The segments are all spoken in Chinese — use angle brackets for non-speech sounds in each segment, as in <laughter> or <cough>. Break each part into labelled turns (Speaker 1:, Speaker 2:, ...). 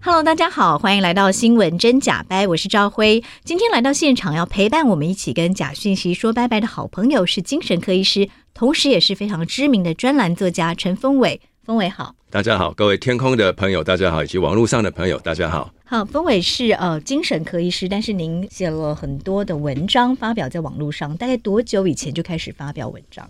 Speaker 1: Hello，大家好，欢迎来到新闻真假掰，我是赵辉。今天来到现场要陪伴我们一起跟假讯息说拜拜的好朋友是精神科医师，同时也是非常知名的专栏作家陈峰伟。峰伟好，
Speaker 2: 大家好，各位天空的朋友，大家好，以及网络上的朋友，大家好。
Speaker 1: 好，峰伟是呃精神科医师，但是您写了很多的文章发表在网络上，大概多久以前就开始发表文章？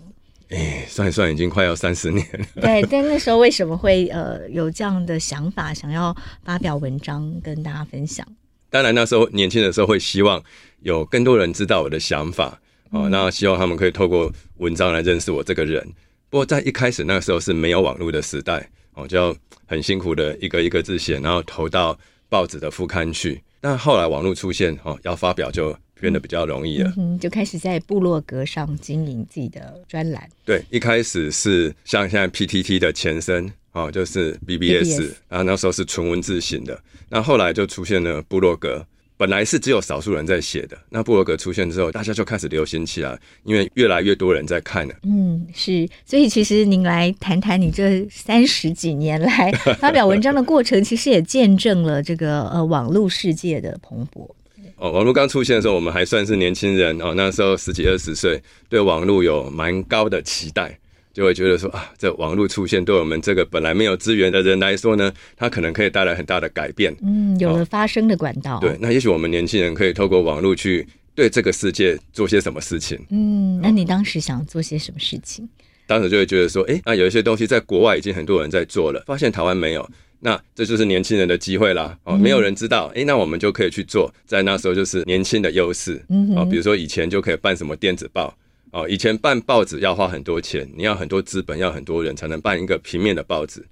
Speaker 2: 哎，算一算，已经快要三十年了。
Speaker 1: 对，但那时候为什么会呃有这样的想法，想要发表文章跟大家分享？
Speaker 2: 当然，那时候年轻的时候会希望有更多人知道我的想法，哦，那希望他们可以透过文章来认识我这个人。不过在一开始那个时候是没有网络的时代，哦，就要很辛苦的一个一个字写，然后投到报纸的副刊去。但后来网络出现，哦，要发表就变得比较容易了。
Speaker 1: 嗯，就开始在部落格上经营自己的专栏。
Speaker 2: 对，一开始是像现在 PTT 的前身哦，就是 BBS，然后啊那时候是纯文字型的。那后来就出现了部落格，本来是只有少数人在写的。那部落格出现之后，大家就开始流行起来，因为越来越多人在看了。
Speaker 1: 嗯，是，所以其实您来谈谈你这三十几年来发表文章的过程，其实也见证了这个呃网络世界的蓬勃。
Speaker 2: 哦，网络刚出现的时候，我们还算是年轻人哦，那时候十几二十岁，对网络有蛮高的期待，就会觉得说啊，这网络出现对我们这个本来没有资源的人来说呢，它可能可以带来很大的改变。
Speaker 1: 嗯，有了发声的管道。
Speaker 2: 对，，那也许我们年轻人可以透过网络去对这个世界做些什么事情。
Speaker 1: 嗯，那你当时想做些什么事情？
Speaker 2: 当时就会觉得说，诶，那有一些东西在国外已经很多人在做了，发现台湾没有，那这就是年轻人的机会啦。
Speaker 1: 嗯
Speaker 2: 哦，没有人知道，诶，那我们就可以去做。在那时候就是年轻的优势，
Speaker 1: 嗯
Speaker 2: 哦，比
Speaker 1: 哼，
Speaker 2: 如说以前就可以办什么电子报。哦，以前办报纸要花很多钱，你要很多资本，要很多人才能办一个平面的报纸。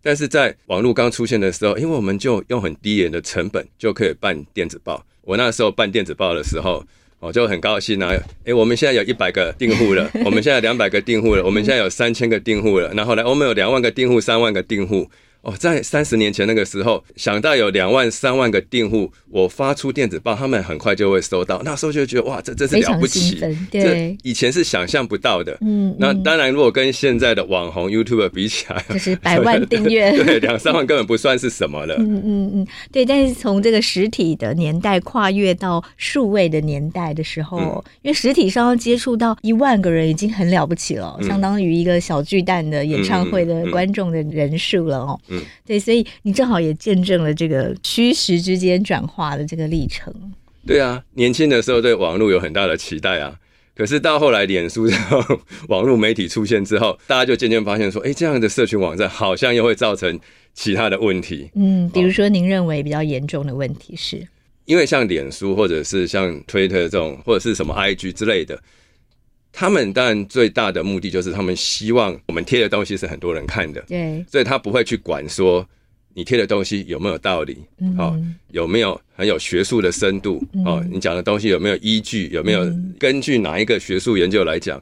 Speaker 2: 但是在网络刚出现的时候，因为我们就用很低廉的成本就可以办电子报。我那时候办电子报的时候，我、就很高兴啊！诶，我们现在有一百个订户了，我们现在两百个订户了，我们现在有三千个订户了。然后来，我们有两万个订户，三万个订户。哦，在三十年前那个时候，想到有两万、三万个订户，我发出电子报，他们很快就会收到。那时候就觉得哇，这真是
Speaker 1: 非
Speaker 2: 了
Speaker 1: 常
Speaker 2: 不
Speaker 1: 兴
Speaker 2: 起，
Speaker 1: 奋。
Speaker 2: 这 <laughs>
Speaker 1: 对，
Speaker 2: 以前是想象不到的。
Speaker 1: 嗯，
Speaker 2: 那
Speaker 1: 嗯
Speaker 2: 当然，如果跟现在的网红 YouTube 比起来， <laughs>
Speaker 1: 就是百万订阅。
Speaker 2: 对，两三万根本不算是什么了。
Speaker 1: <laughs> 嗯嗯嗯，对。但是从这个实体的年代跨越到数位的年代的时候，
Speaker 2: 嗯
Speaker 1: 因为实体上要接触到一万个人已经很了不起了，
Speaker 2: 嗯
Speaker 1: 相当于一个小巨蛋的演唱会的
Speaker 2: 嗯嗯嗯
Speaker 1: 观众的人数了哦。
Speaker 2: 嗯
Speaker 1: 对，所以你正好也见证了这个虚实之间转化的这个历程。
Speaker 2: 对啊，年轻的时候对网络有很大的期待啊。可是到后来，脸书这种 <laughs> 网络媒体出现之后，大家就渐渐发现说，哎，这样的社群网站好像又会造成其他的问题。
Speaker 1: 嗯，比如说您认为比较严重的问题是，
Speaker 2: 因为像脸书或者是像 Twitter 这种，或者是什么 IG 之类的，他们当然最大的目的就是他们希望我们贴的东西是很多人看的，
Speaker 1: 对，
Speaker 2: 所以他不会去管说你贴的东西有没有道理，
Speaker 1: 嗯，
Speaker 2: 好、有没有很有学术的深度？哦，你讲的东西有没有依据？有没有根据哪一个学术研究来讲？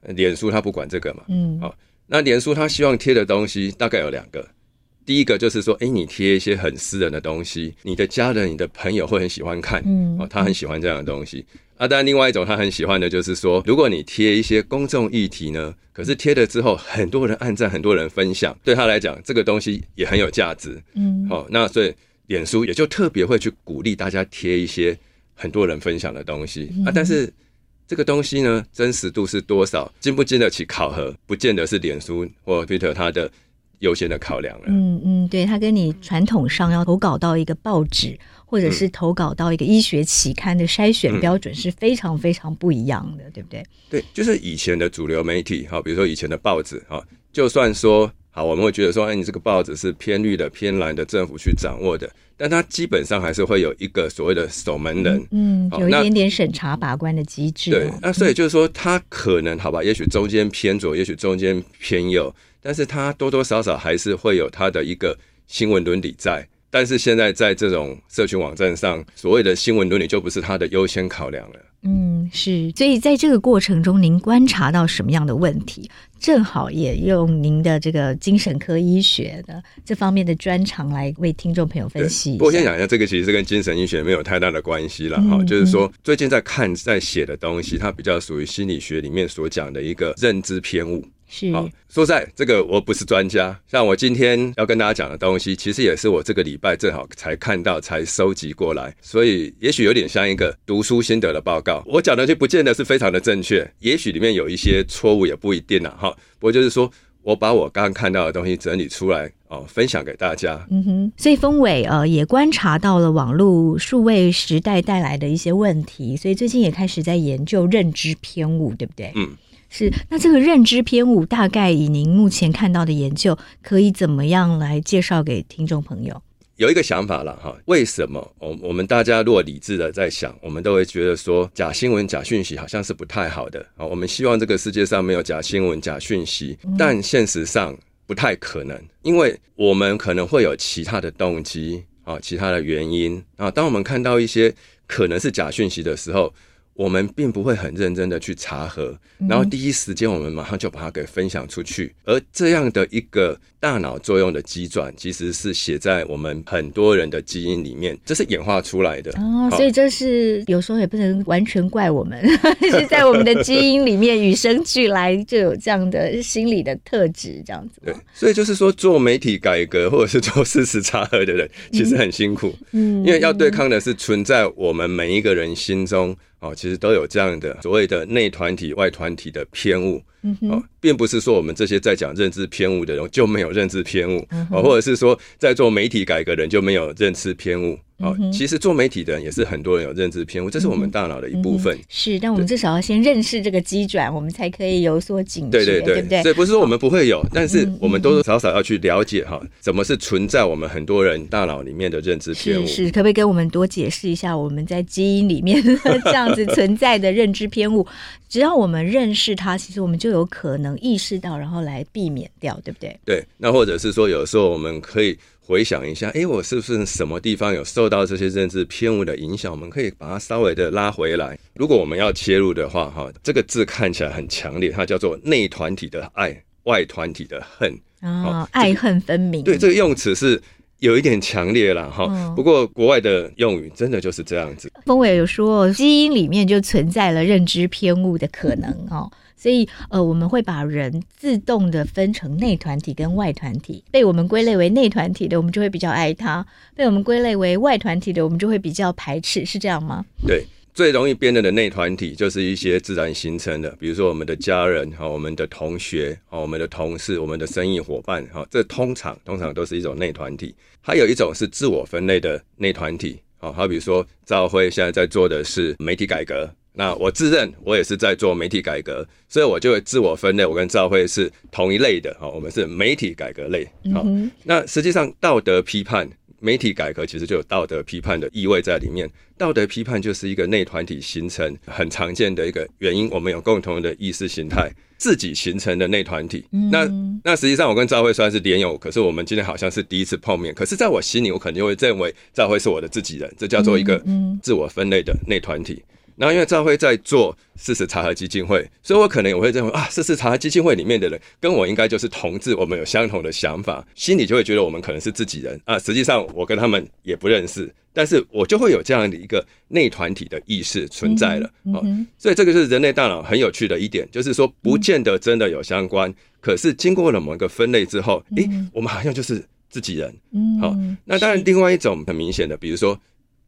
Speaker 2: 呃脸书他不管这个嘛。
Speaker 1: 嗯
Speaker 2: 好那脸书他希望贴的东西大概有两个，第一个就是说，诶，你贴一些很私人的东西，你的家人、你的朋友会很喜欢看，
Speaker 1: 嗯
Speaker 2: 哦，他很喜欢这样的东西。啊，当然，另外一种他很喜欢的就是说，如果你贴一些公众议题呢，可是贴了之后，很多人按赞，很多人分享，对他来讲，这个东西也很有价值。
Speaker 1: 嗯
Speaker 2: 好、那所以脸书也就特别会去鼓励大家贴一些很多人分享的东西
Speaker 1: 嗯
Speaker 2: 啊，但是这个东西呢，真实度是多少，经不经得起考核，不见得是脸书或 Twitter 它的优先的考量了。
Speaker 1: 嗯嗯，对，它跟你传统上要投稿到一个报纸，或者
Speaker 2: 嗯
Speaker 1: 是投稿到一个医学期刊的筛选标准是非常非常不一样的，对不对？
Speaker 2: 对，就是以前的主流媒体，哈、比如说以前的报纸，哈、就算说好，我们会觉得说，哎，你这个报纸是偏绿的、偏蓝的，政府去掌握的，但它基本上还是会有一个所谓的守门人，
Speaker 1: 嗯，
Speaker 2: 好
Speaker 1: 有一
Speaker 2: 那
Speaker 1: 点点审查把关的机制、
Speaker 2: 对
Speaker 1: 哦。，
Speaker 2: 那所以就是说，他可能好吧，也许中间偏左，也许中间偏右，但是他多多少少还是会有他的一个新闻伦理在。但是现在在这种社群网站上，所谓的新闻伦理就不是它的优先考量了。
Speaker 1: 嗯，是，所以在这个过程中，您观察到什么样的问题？正好也用您的这个精神科医学的这方面的专长来为听众朋友分析一
Speaker 2: 不过先
Speaker 1: 下。
Speaker 2: 讲一下，这个其实跟精神医学没有太大的关系了哈、
Speaker 1: 嗯
Speaker 2: 就是说，最近在看在写的东西，它比较属于心理学里面所讲的一个认知偏误。
Speaker 1: 是，
Speaker 2: 好，说实在这个我不是专家，像我今天要跟大家讲的东西，其实也是我这个礼拜正好才看到、才收集过来，所以也许有点像一个读书心得的报告。我讲的就不见得是非常的正确，也许里面有一些错误也不一定啊啦。哈。不过就是说我把我刚刚看到的东西整理出来哦，分享给大家。
Speaker 1: 嗯哼，所以峰伟呃也观察到了网络数位时代带来的一些问题，所以最近也开始在研究认知偏误，对不对？
Speaker 2: 嗯，
Speaker 1: 是。那这个认知偏误，大概以您目前看到的研究，可以怎么样来介绍给听众朋友？
Speaker 2: 有一个想法了哈，为什么我我们大家如果理智的在想，我们都会觉得说假新闻、假讯息好像是不太好的啊。我们希望这个世界上没有假新闻、假讯息，但现实上不太可能，因为我们可能会有其他的动机啊，其他的原因啊。当我们看到一些可能是假讯息的时候，我们并不会很认真的去查核，
Speaker 1: 嗯
Speaker 2: 然后第一时间我们马上就把它给分享出去。而这样的一个大脑作用的机转，其实是写在我们很多人的基因里面，这是演化出来的。
Speaker 1: 哦，
Speaker 2: 好
Speaker 1: 所以这是有时候也不能完全怪我 <laughs> 们，是在我们的基因里面与生俱来就有这样的心理的特质，这样子
Speaker 2: 对
Speaker 1: 吗。，
Speaker 2: 所以就是说，做媒体改革或者是做事实查核的人，其实很辛苦，
Speaker 1: 嗯
Speaker 2: <laughs> 因为要对抗的是存在我们每一个人心中哦，其实都有这样的所谓的内团体、外团体的偏误
Speaker 1: 嗯哼
Speaker 2: 哦，并不是说我们这些在讲认知偏误的人就没有认知偏误
Speaker 1: 嗯哼
Speaker 2: 哦，或者是说在做媒体改革的人就没有认知偏误哦
Speaker 1: 嗯，哼嗯
Speaker 2: 其实做媒体的人也是很多人有认知偏误，这是我们大脑的一部分。
Speaker 1: 是，但我们至少要先认识这个机转，我们才可以有所警觉，
Speaker 2: 对对
Speaker 1: 对
Speaker 2: 对，
Speaker 1: 不对？嗯
Speaker 2: 所以不是说我们不会有，但是我们多多少少要去了解哈，怎么是存在我们很多人大脑里面的认知偏误
Speaker 1: 是。是，可不可以跟我们多解释一下我们在基因里面这样子存在的认知偏误？只要我们认识它，其实我们就有可能意识到，然后来避免掉，对不对？
Speaker 2: 对，那或者是说，有时候我们可以回想一下，诶，我是不是什么地方有受到这些认知偏误的影响？我们可以把它稍微的拉回来。如果我们要切入的话，哈，这个字看起来很强烈，它叫做内团体的爱，外团体的恨。
Speaker 1: 啊、
Speaker 2: 好
Speaker 1: 爱恨分明，
Speaker 2: 对，这个用词是。有一点强烈啦，哈、
Speaker 1: 嗯
Speaker 2: 不过国外的用语真的就是这样子。
Speaker 1: 峰伟有说，基因里面就存在了认知偏误的可能哦，所以呃，我们会把人自动的分成内团体跟外团体。被我们归类为内团体的，我们就会比较爱他；被我们归类为外团体的，我们就会比较排斥，是这样吗？
Speaker 2: 对，最容易辨认的内团体就是一些自然形成的，比如说我们的家人哈、我们的同学哈、我们的同事、我们的生意伙伴哈、这通常通常都是一种内团体。还有一种是自我分类的内团体，哦，好比说赵辉现在在做的是媒体改革。那我自认我也是在做媒体改革，所以我就会自我分类，我跟赵辉是同一类的哦，我们是媒体改革类。好、
Speaker 1: 嗯
Speaker 2: 那实际上道德批判、媒体改革其实就有道德批判的意味在里面。道德批判就是一个内团体形成很常见的一个原因，我们有共同的意识形态，自己形成的内团体。
Speaker 1: 嗯
Speaker 2: 那那实际上我跟赵慧虽然是连友，可是我们今天好像是第一次碰面。可是在我心里，我肯定会认为赵慧是我的自己人，这叫做一个
Speaker 1: 嗯
Speaker 2: 自我分类的内团体。然后因为赵辉在做事实查核基金会，所以我可能也会认为啊，事实查核基金会里面的人跟我应该就是同志，我们有相同的想法，心里就会觉得我们可能是自己人啊。实际上我跟他们也不认识，但是我就会有这样的一个内团体的意识存在了。
Speaker 1: 嗯
Speaker 2: 哦，
Speaker 1: 哼
Speaker 2: 所以这个是人类大脑很有趣的一点，就是说不见得真的有相关，
Speaker 1: 嗯
Speaker 2: 可是经过了某一个分类之后，诶，我们好像就是自己人。
Speaker 1: 嗯
Speaker 2: 好
Speaker 1: 嗯
Speaker 2: 那当然，另外一种很明显的，比如说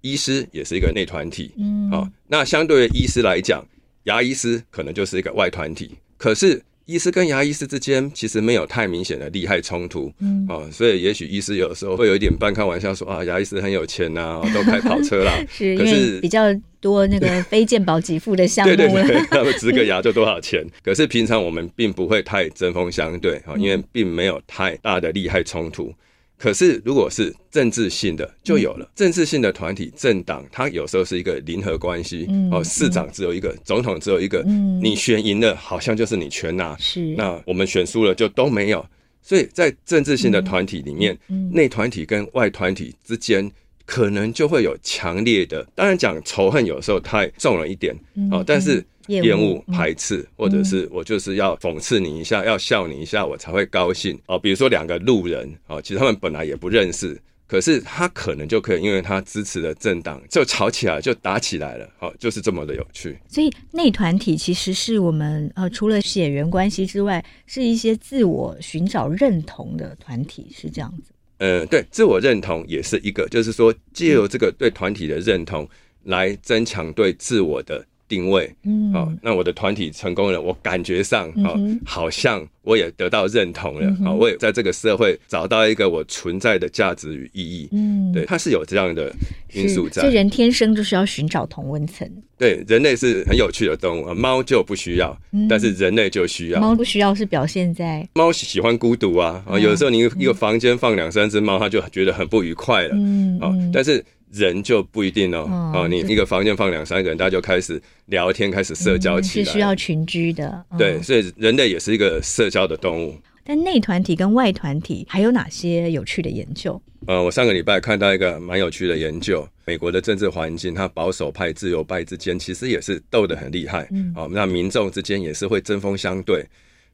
Speaker 2: 医师也是一个内团体，
Speaker 1: 嗯
Speaker 2: 好、那相对于医师来讲，牙医师可能就是一个外团体，可是医师跟牙医师之间其实没有太明显的利害冲突，
Speaker 1: 嗯
Speaker 2: 哦，所以也许医师有时候会有一点半开玩笑说啊，牙医师很有钱呐、哦都开跑车啦，
Speaker 1: <laughs> 是因
Speaker 2: 可
Speaker 1: 为
Speaker 2: 是
Speaker 1: 比较多那个非健保给付的项目
Speaker 2: 对对
Speaker 1: 了。
Speaker 2: 对，他们植个牙就多少钱？可是平常我们并不会太针锋相对哈，因为
Speaker 1: 嗯
Speaker 2: 并没有太大的利害冲突。可是如果是政治性的就有
Speaker 1: 嗯
Speaker 2: 了，政治性的团体政党，它有时候是一个零和关系
Speaker 1: 嗯
Speaker 2: 哦，市长只有一个，总统只有一个，
Speaker 1: 嗯
Speaker 2: 你选赢了好像就是你全
Speaker 1: <laughs>
Speaker 2: 拿，
Speaker 1: 是
Speaker 2: 那我们选输了就都没有。所以在政治性的
Speaker 3: 嗯
Speaker 2: 团体里面，内团体跟外团体之间。可能就会有强烈的，当然讲仇恨有时候太重了一点，哦，但是
Speaker 3: 厌恶
Speaker 2: 厌恶、
Speaker 3: 嗯
Speaker 2: 排斥，或者是我就是要讽刺你一下，要笑你一下，我才会高兴哦。比如说两个路人哦，其实他们本来也不认识，可是他可能就可以因为他支持的政党就吵起来，就打起来了，哦，就是这么的有趣。
Speaker 1: 所以内团体其实是我们呃除了血缘关系之外，是一些自我寻找认同的团体，是这样子。
Speaker 2: 呃，对，自我认同也是一个，就是说
Speaker 1: 嗯
Speaker 2: 借由这个对团体的认同来增强对自我的定位。
Speaker 1: 嗯
Speaker 2: 哦，那我的团体成功了，我感觉上哦，
Speaker 1: 嗯哼
Speaker 2: 好像我也得到认同了
Speaker 1: 嗯，哼
Speaker 2: 哦，我也在这个社会找到一个我存在的价值与意义。
Speaker 1: 嗯，
Speaker 2: 对，它是有这样的因素
Speaker 1: 所
Speaker 2: 在
Speaker 1: 以。人天生就是要寻找同温层，
Speaker 2: 对，人类是很有趣的动物，呃猫就不需要，但是人类就需
Speaker 1: 嗯
Speaker 2: 要。
Speaker 1: 猫不需要是表现在
Speaker 2: 猫喜欢孤独啊，啊、
Speaker 1: 嗯
Speaker 2: 有的时候你一个房间放两三只猫，它就觉得很不愉快了。
Speaker 1: 嗯
Speaker 2: 哦，但是人就不一定哦。
Speaker 1: 嗯
Speaker 2: 哦，你
Speaker 1: 对
Speaker 2: 一个房间放两三个人，大家就开始聊天，开始社交起
Speaker 1: 嗯是
Speaker 2: 来。
Speaker 1: 需要群居的。嗯
Speaker 2: 对，，所以人类也是一个社交的动物。
Speaker 1: 但内团体跟外团体还有哪些有趣的研究？
Speaker 2: 呃，我上个礼拜看到一个蛮有趣的研究，美国的政治环境，它保守派、自由派之间其实也是斗得很厉害，哦，那民众之间也是会针锋相对。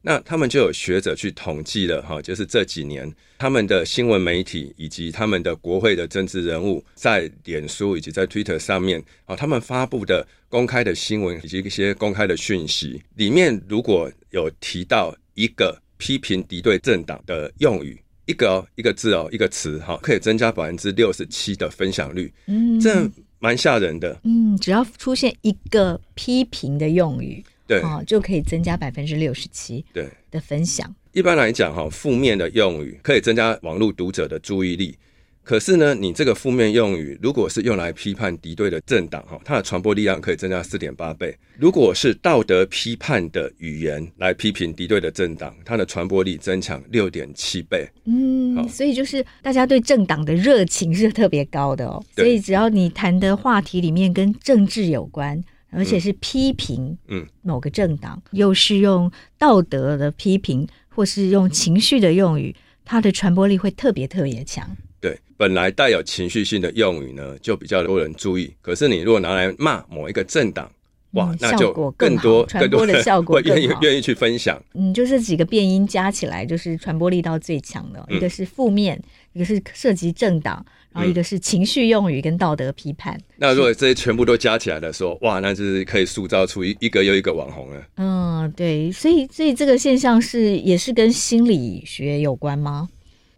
Speaker 2: 那他们就有学者去统计了哈、就是这几年他们的新闻媒体以及他们的国会的政治人物在脸书以及在 Twitter 上面啊、哦他们发布的公开的新闻以及一些公开的讯息里面，如果有提到一个批评敌对政党的用语，一个、哦、一个字哦，一个词哈、可以增加百分之六十七的分享率，
Speaker 1: 嗯
Speaker 2: 这蛮吓人的。
Speaker 1: 嗯，只要出现一个批评的用语，
Speaker 2: 对、
Speaker 1: 啊、就可以增加百分之六十七
Speaker 2: 对，
Speaker 1: 的分享。
Speaker 2: 一般来讲哈、负面的用语可以增加网络读者的注意力。可是呢，你这个负面用语如果是用来批判敌对的政党哈，它的传播力量可以增加四点八倍；如果是道德批判的语言来批评敌对的政党，它的传播力增强六点七倍。
Speaker 1: 嗯，
Speaker 2: 好
Speaker 1: 所以就是大家对政党的热情是特别高的哦。所
Speaker 2: 对
Speaker 1: 以只要你谈的话题里面跟政治有关，而且是批评
Speaker 2: 嗯
Speaker 1: 某个政党，又是用道德的批评，或是用情绪的用语，它的传播力会特别特别强。
Speaker 2: 对，本来带有情绪性的用语呢，就比较多人注意。可是你如果拿来骂某一个政党，哇，
Speaker 1: 嗯
Speaker 2: 那
Speaker 1: 效
Speaker 2: 就
Speaker 1: 果更
Speaker 2: 更
Speaker 1: 好
Speaker 2: 多
Speaker 1: 传播
Speaker 2: 多
Speaker 1: 的
Speaker 2: <laughs> 人
Speaker 1: 效果
Speaker 2: 会愿意
Speaker 1: 更好
Speaker 2: 愿意去分享。
Speaker 1: 嗯，就这几个变音加起来，就是传播力到最强的。哦
Speaker 2: 嗯
Speaker 1: 一个是负面，一个是涉及政党，然后一个是情绪用语跟道德批判。
Speaker 2: 那如果这些全部都加起来的时候，哇，那就是可以塑造出一一个又一个网红了。
Speaker 1: 嗯，对，所以所以这个现象是也是跟心理学有关吗？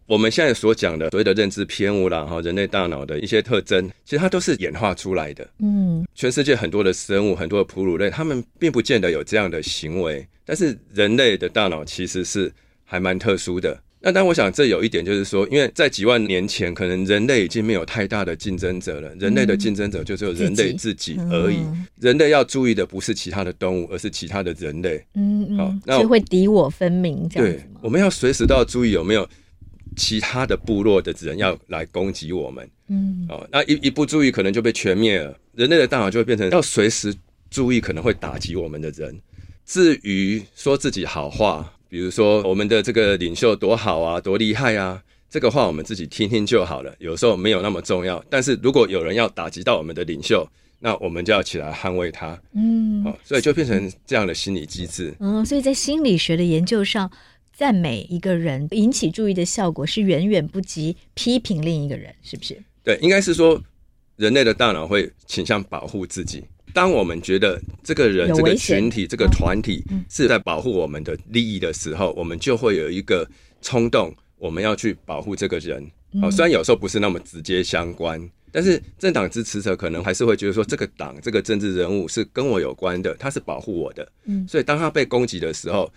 Speaker 2: 我们现在所讲的所谓的认知偏误啦，哈，人类大脑的一些特征，其实它都是演化出来的。
Speaker 1: 嗯
Speaker 2: 全世界很多的生物，很多的哺乳类，它们并不见得有这样的行为，但是人类的大脑其实是还蛮特殊的。那但我想这有一点就是说，因为在几万年前，可能人类已经没有太大的竞争者了，人类的竞争者就只有人类自己而已。
Speaker 1: 嗯
Speaker 2: 人类要注意的不是其他的动物，而是其他的人类。
Speaker 1: 嗯
Speaker 2: 好
Speaker 1: 嗯，
Speaker 2: 那我
Speaker 1: 所以会敌我分明这样
Speaker 2: 对
Speaker 1: 子吗，？
Speaker 2: 我们要随时都要注意有没有其他的部落的人要来攻击我们。
Speaker 1: 嗯
Speaker 2: 哦，那一一不注意可能就被全灭了。人类的大脑就会变成要随时注意可能会打击我们的人。至于说自己好话，比如说我们的这个领袖多好啊，多厉害啊，这个话我们自己听听就好了，有时候没有那么重要。但是如果有人要打击到我们的领袖，那我们就要起来捍卫他。
Speaker 1: 嗯
Speaker 2: 哦，所以就变成这样的心理机制。
Speaker 1: 嗯，所以在心理学的研究上，赞美一个人引起注意的效果是远远不及批评另一个人，是不是？
Speaker 2: 对，应该是说人类的大脑会倾向保护自己。当我们觉得这个人
Speaker 1: 有、
Speaker 2: 这个
Speaker 1: 危险嗯
Speaker 2: 群体、这个团体是在保护我们的利益的时候，我们就会有一个冲动，我们要去保护这个人。
Speaker 1: 嗯
Speaker 2: 哦，虽然有时候不是那么直接相关，但是政党支持者可能还是会觉得说，这个党、这个政治人物是跟我有关的，他是保护我的。
Speaker 1: 嗯
Speaker 2: 所以当他被攻击的时候，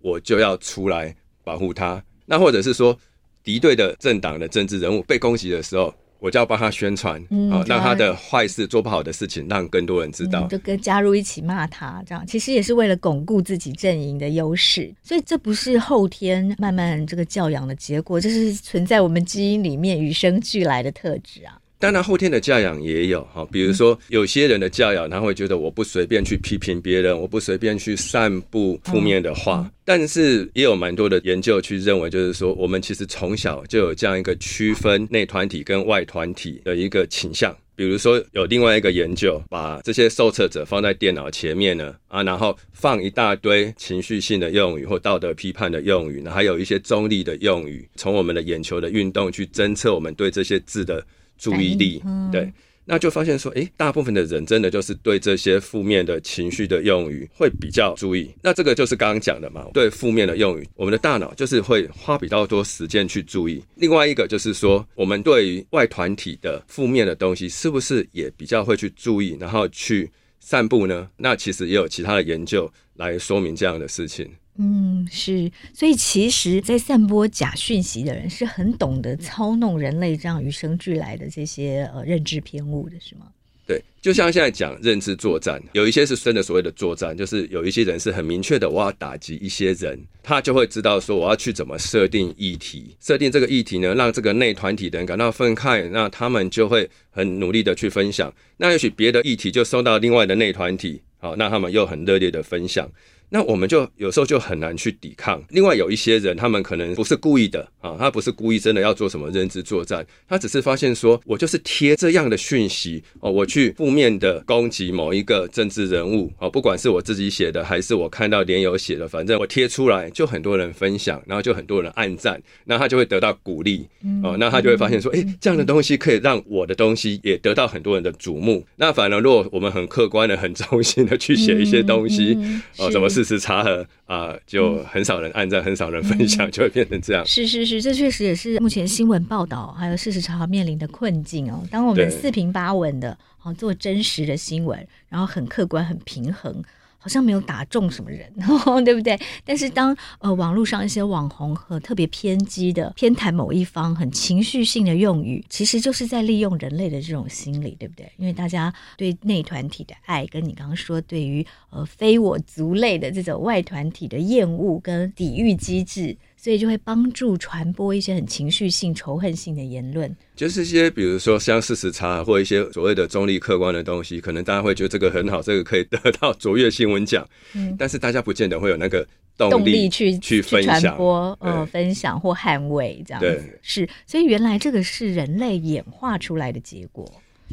Speaker 2: 我就要出来保护他。那或者是说，敌对的政党的政治人物被攻击的时候，我就要帮他宣传，啊、
Speaker 1: 嗯
Speaker 2: 让他
Speaker 1: 对
Speaker 2: 的坏事、做不好的事情让更多人知道。
Speaker 1: 嗯就跟加入一起骂他，这样其实也是为了巩固自己阵营的优势，所以这不是后天慢慢这个教养的结果，这是存在我们基因里面与生俱来的特质啊。
Speaker 2: 当然，后天的教养也有哈，比如说有些人的教养，他会觉得我不随便去批评别人，我不随便去散布负面的话。但是也有蛮多的研究去认为，就是说我们其实从小就有这样一个区分内团体跟外团体的一个倾向。比如说，有另外一个研究，把这些受测者放在电脑前面呢，啊，然后放一大堆情绪性的用语或道德批判的用语，然后还有一些中立的用语，从我们的眼球的运动去侦测我们对这些字的注意力，对，那就发现说，诶，大部分的人真的就是对这些负面的情绪的用语会比较注意。那这个就是刚刚讲的嘛，对负面的用语，我们的大脑就是会花比较多时间去注意。另外一个就是说，我们对于外团体的负面的东西，是不是也比较会去注意，然后去散布呢？那其实也有其他的研究来说明这样的事情。
Speaker 1: 嗯，是，所以其实，在散播假讯息的人是很懂得操弄人类这样与生俱来的这些呃认知偏误的，是吗？
Speaker 2: 对，就像现在讲认知作战，有一些是真的所谓的作战，就是有一些人是很明确的，我要打击一些人，他就会知道说我要去怎么设定议题，设定这个议题呢，让这个内团体的人感到愤慨，那他们就会很努力的去分享。那也许别的议题就收到另外的内团体，好，那他们又很热烈的分享。那我们就有时候就很难去抵抗。另外有一些人，他们可能不是故意的啊，他不是故意真的要做什么认知作战，他只是发现说，我就是贴这样的讯息哦，我去负面的攻击某一个政治人物哦，不管是我自己写的还是我看到连友写的，反正我贴出来就很多人分享，然后就很多人按赞，那他就会得到鼓励哦，那他就会发现说，诶，这样的东西可以让我的东西也得到很多人的瞩目。那反而如果我们很客观的、很中性的去写一些东西
Speaker 1: 嗯嗯
Speaker 2: 哦，
Speaker 1: 是嗯
Speaker 2: 怎么是？事实查核啊、就很少人按赞，很少人分享，就会变成这样。
Speaker 1: 是是是，这确实也是目前新闻报道还有事实查核面临的困境哦。当我们
Speaker 2: 对
Speaker 1: 四平八稳的哦做真实的新闻，然后很客观、很平衡，好像没有打中什么人， <laughs> 对不对？但是当呃网络上一些网红和特别偏激的偏袒某一方、很情绪性的用语，其实就是在利用人类的这种心理，对不对？因为大家对内团体的爱，跟你刚刚说对于呃非我族类的这种外团体的厌恶跟抵御机制，所以就会帮助传播一些很情绪性、仇恨性的言论。
Speaker 2: 就是一些比如说像事实查核或一些所谓的中立客观的东西，可能大家会觉得这个很好，这个可以得到卓越新闻奖，
Speaker 1: 嗯
Speaker 2: 但是大家不见得会有那个动力
Speaker 1: 动力去
Speaker 2: 去分
Speaker 1: 传
Speaker 2: 享。
Speaker 1: 播、
Speaker 2: 对
Speaker 1: 呃分享或捍卫这样
Speaker 2: 对
Speaker 1: 子，是，所以原来这个是人类演化出来的结果。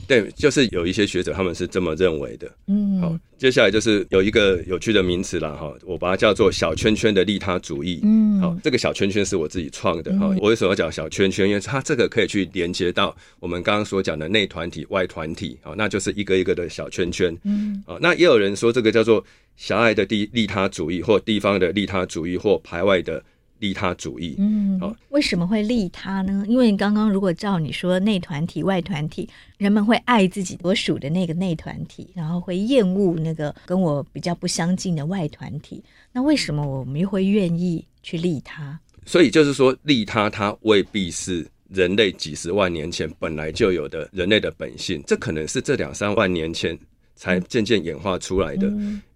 Speaker 2: 对，就是有一些学者他们是这么认为的。
Speaker 1: 嗯，
Speaker 2: 好，接下来就是有一个有趣的名词啦，哈，我把它叫做小圈圈的利他主义。
Speaker 1: 嗯
Speaker 2: 好，这个小圈圈是我自己创的哈。我为什么要讲小圈圈？因为它这个可以去连接到我们刚刚所讲的内团体、外团体，好，那就是一个一个的小圈圈。
Speaker 1: 嗯，
Speaker 2: 好，那也有人说这个叫做狭隘的地利他主义，或地方的利他主义，或排外的利他主义。好
Speaker 1: 嗯，为什么会利他呢？因为刚刚如果照你说内团体、外团体，人们会爱自己所属的那个内团体，然后会厌恶那个跟我比较不相近的外团体。那为什么我们又会愿意去利他？
Speaker 2: 所以就是说，利他它未必是人类几十万年前本来就有的人类的本性，这可能是这两三万年前
Speaker 1: 嗯
Speaker 2: 才渐渐演化出来的。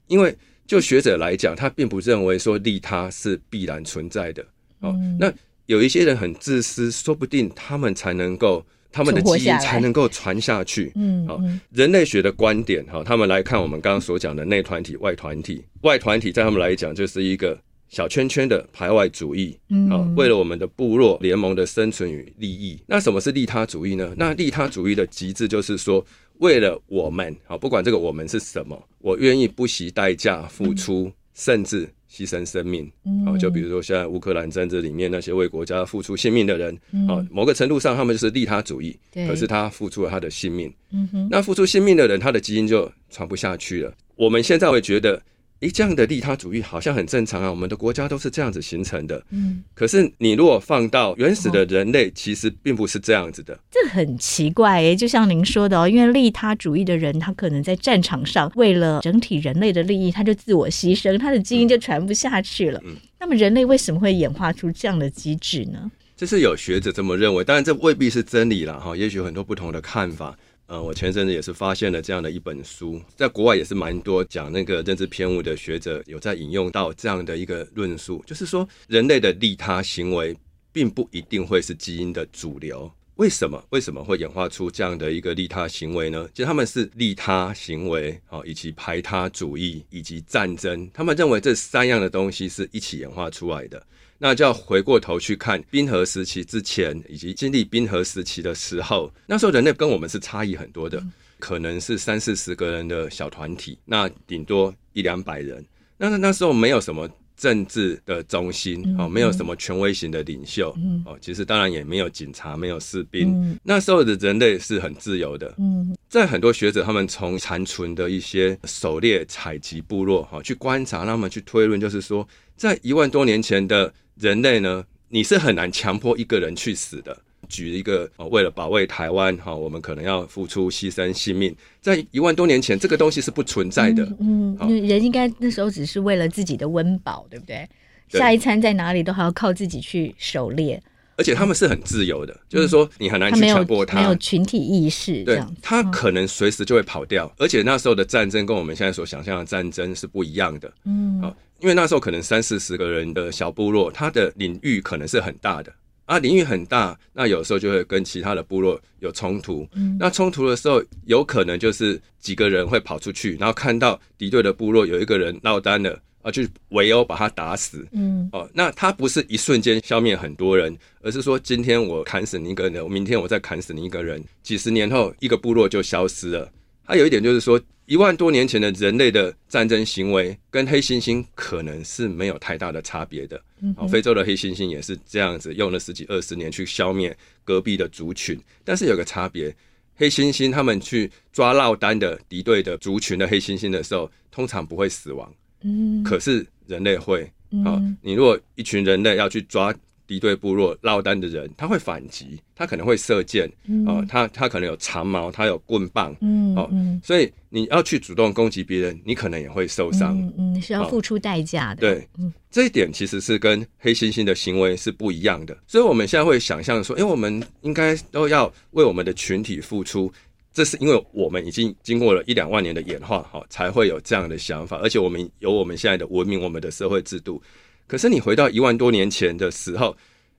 Speaker 2: 因为就学者来讲，他并不认为说利他是必然存在的。哦，
Speaker 1: 嗯
Speaker 2: 那有一些人很自私，说不定他们才能够。他们的
Speaker 1: 存活
Speaker 2: 基
Speaker 1: 下
Speaker 2: 因
Speaker 1: 来
Speaker 2: 才能够传下去。
Speaker 1: 嗯
Speaker 2: 好
Speaker 1: 嗯，
Speaker 2: 人类学的观点哈，他们来看我们刚刚所讲的内团体、外团体。外团体在他们来讲就是一个小圈圈的排外主义，
Speaker 1: 嗯
Speaker 2: 啊，为了我们的部落联盟的生存与利益。那什么是利他主义呢？那利他主义的极致就是说，为了我们，好，不管这个我们是什么，我愿意不惜代价付出，
Speaker 1: 嗯
Speaker 2: 甚至牺牲生命。啊，就比如说现在乌克兰战争里面那些为国家付出性命的人，
Speaker 1: 嗯
Speaker 2: 啊，某个程度上他们就是利他主义，
Speaker 1: 对
Speaker 2: 可是他付出了他的性命。
Speaker 1: 嗯哼，
Speaker 2: 那付出性命的人，他的基因就传不下去了。我们现在会觉得，诶，这样的利他主义好像很正常啊，我们的国家都是这样子形成的。
Speaker 1: 嗯，
Speaker 2: 可是你如果放到原始的人类，其实并不是这样子的。
Speaker 1: 这很奇怪诶、就像您说的哦，因为利他主义的人，他可能在战场上为了整体人类的利益，他就自我牺牲，他的基因就传不下去了。那么人类为什么会演化出这样的机制呢？
Speaker 2: 这是有学者这么认为，当然这未必是真理啦，哈，也许有很多不同的看法。呃，我前阵子也是发现了这样的一本书，在国外也是蛮多讲那个认知偏误的学者有在引用到这样的一个论述，就是说人类的利他行为并不一定会是基因的主流。为为什么为什么会演化出这样的一个利他行为呢？其实他们是利他行为哦，以及排他主义以及战争，他们认为这三样的东西是一起演化出来的。那就要回过头去看冰河时期之前，以及经历冰河时期的时候，那时候人类跟我们是差异很多的，可能是三四十个人的小团体，那顶多一两百人。那那时候没有什么政治的中心哦，没有什么权威型的领袖哦，其实当然也没有警察，没有士兵。那时候的人类是很自由的，
Speaker 1: 嗯
Speaker 2: 在很多学者，他们从残存的一些狩猎采集部落哈、去观察，他们去推论，就是说，在一万多年前的人类呢，你是很难强迫一个人去死的。举一个哦，为了保卫台湾哈、我们可能要付出牺牲性命，在一万多年前，这个东西是不存在的。
Speaker 1: 嗯，
Speaker 2: 好
Speaker 1: 因为人应该那时候只是为了自己的温饱，对不对？
Speaker 2: 对
Speaker 1: 下一餐在哪里都还要靠自己去狩猎，
Speaker 2: 而且他们是很自由的，就是说你很难
Speaker 1: 嗯他
Speaker 2: 去
Speaker 1: 没有
Speaker 2: 强迫
Speaker 1: 没有群体意识这
Speaker 2: 对
Speaker 1: 样嗯子，
Speaker 2: 他可能随时就会跑掉，而且那时候的战争跟我们现在所想象的战争是不一样的。
Speaker 1: 嗯
Speaker 2: 啊，因为那时候可能三四十个人的小部落，它的领域可能是很大的啊，领域很大，那有时候就会跟其他的部落有冲突。
Speaker 1: 嗯
Speaker 2: 那冲突的时候，有可能就是几个人会跑出去，然后看到敌对的部落有一个人落单了啊，去围殴把他打死。
Speaker 1: 嗯
Speaker 2: 哦，那他不是一瞬间消灭很多人，而是说今天我砍死你一个人，明天我再砍死你一个人，几十年后一个部落就消失了。还有一点就是说，一万多年前的人类的战争行为跟黑猩猩可能是没有太大的差别的。
Speaker 1: 嗯
Speaker 2: 哦，非洲的黑猩猩也是这样子，用了十几二十年去消灭隔壁的族群，但是有个差别。黑猩猩他们去抓落单的敌对的族群的黑猩猩的时候，通常不会死亡，
Speaker 1: 嗯
Speaker 2: 可是人类会，
Speaker 1: 嗯
Speaker 2: 啊、你如果一群人类要去抓敌对部落落单的人，他会反击，他可能会射箭，啊、他他可能有长矛，他有棍棒，
Speaker 1: 嗯
Speaker 2: 哦
Speaker 1: 嗯
Speaker 2: 所以你要去主动攻击别人，你可能也会受伤。
Speaker 1: 嗯嗯是要付出代价的，
Speaker 2: 对，这一点其实是跟黑猩猩的行为是不一样的，所以我们现在会想象说，哎、我们应该都要为我们的群体付出，这是因为我们已经经过了一两万年的演化，哈、才会有这样的想法，而且我们有我们现在的文明，我们的社会制度。可是你回到一万多年前的时候，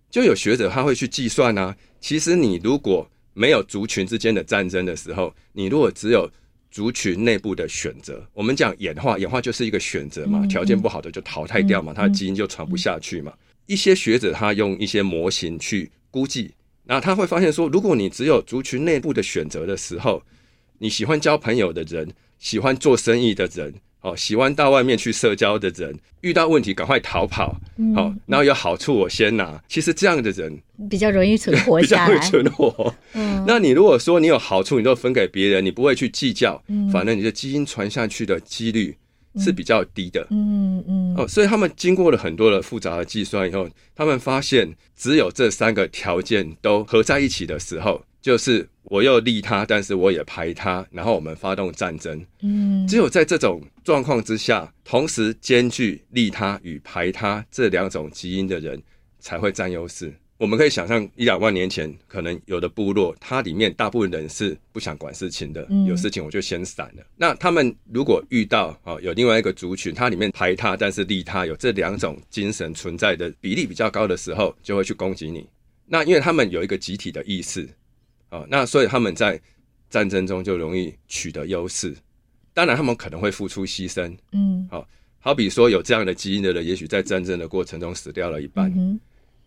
Speaker 2: 就有学者他会去计算啊，其实你如果没有族群之间的战争的时候，你如果只有族群内部的选择，我们讲演化，演化就是一个选择嘛，条件不好的就淘汰掉嘛，它的基因就传不下去嘛。一些学者他用一些模型去估计，那他会发现说，如果你只有族群内部的选择的时候，你喜欢交朋友的人，喜欢做生意的人，哦，喜欢到外面去社交的人，遇到问题赶快逃跑，好、
Speaker 1: 嗯
Speaker 2: 哦，然后有好处我先拿。其实这样的人
Speaker 1: 比较容易存活
Speaker 2: <laughs> 比较
Speaker 1: 下
Speaker 2: 会
Speaker 1: 来，
Speaker 2: 存活。
Speaker 1: 嗯
Speaker 2: 那你如果说你有好处，你都分给别人，你不会去计较，反正你的基因传下去的几率是比较低的。
Speaker 1: 嗯嗯
Speaker 2: 哦，所以他们经过了很多的复杂的计算以后，他们发现只有这三个条件都合在一起的时候，就是我又利他，但是我也排他，然后我们发动战争。
Speaker 1: 嗯
Speaker 2: 只有在这种状况之下，同时兼具利他与排他这两种基因的人才会占优势。我们可以想象，一两万年前，可能有的部落，它里面大部分人是不想管事情的，
Speaker 1: 嗯
Speaker 2: 有事情我就先闪了。那他们如果遇到哦，有另外一个族群，它里面排他但是利他，有这两种精神存在的比例比较高的时候，就会去攻击你。那因为他们有一个集体的意识，哦，那所以他们在战争中就容易取得优势。当然，他们可能会付出牺牲。
Speaker 1: 嗯
Speaker 2: 好比说，有这样的基因的人，也许在战争的过程中死掉了一半，
Speaker 1: 嗯